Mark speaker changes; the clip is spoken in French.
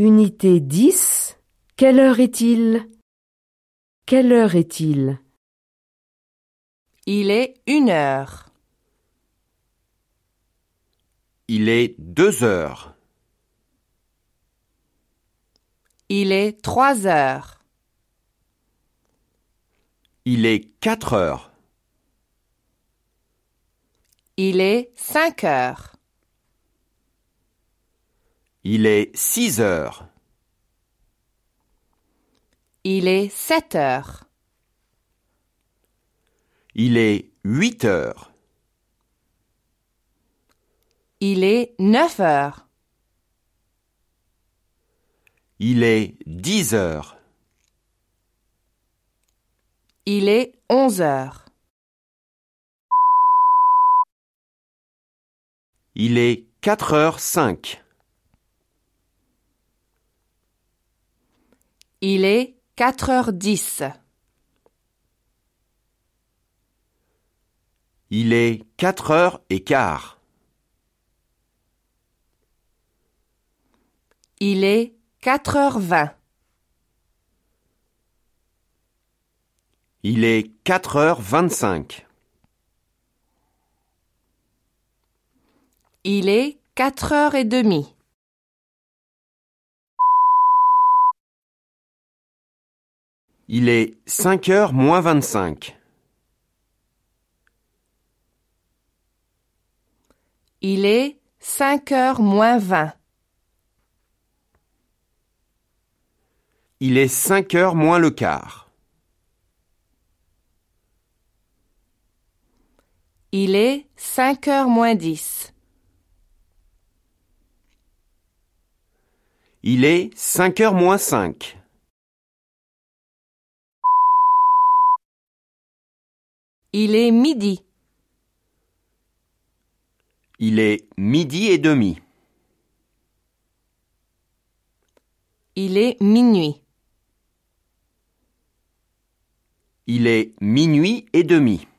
Speaker 1: Unité 10. Quelle heure est-il Quelle heure est-il
Speaker 2: Il est une heure.
Speaker 3: Il est deux heures.
Speaker 2: Il est trois heures.
Speaker 3: Il est quatre heures.
Speaker 2: Il est cinq heures.
Speaker 3: Il est six heures.
Speaker 2: Il est sept heures.
Speaker 3: Il est huit heures.
Speaker 2: Il est neuf heures.
Speaker 3: Il est dix heures.
Speaker 2: Il est onze heures.
Speaker 3: Il est quatre heures cinq.
Speaker 2: Il est quatre heures dix.
Speaker 3: Il est quatre heures et quart.
Speaker 2: Il est quatre heures vingt.
Speaker 3: Il est quatre heures vingt-cinq.
Speaker 2: Il est quatre heures et demie.
Speaker 3: Il est cinq heures moins vingt-cinq.
Speaker 2: Il est cinq heures moins vingt.
Speaker 3: Il est cinq heures moins le quart.
Speaker 2: Il est cinq heures moins dix.
Speaker 3: Il est cinq heures moins cinq.
Speaker 2: Il est midi.
Speaker 3: Il est midi et demi.
Speaker 2: Il est minuit.
Speaker 3: Il est minuit et demi.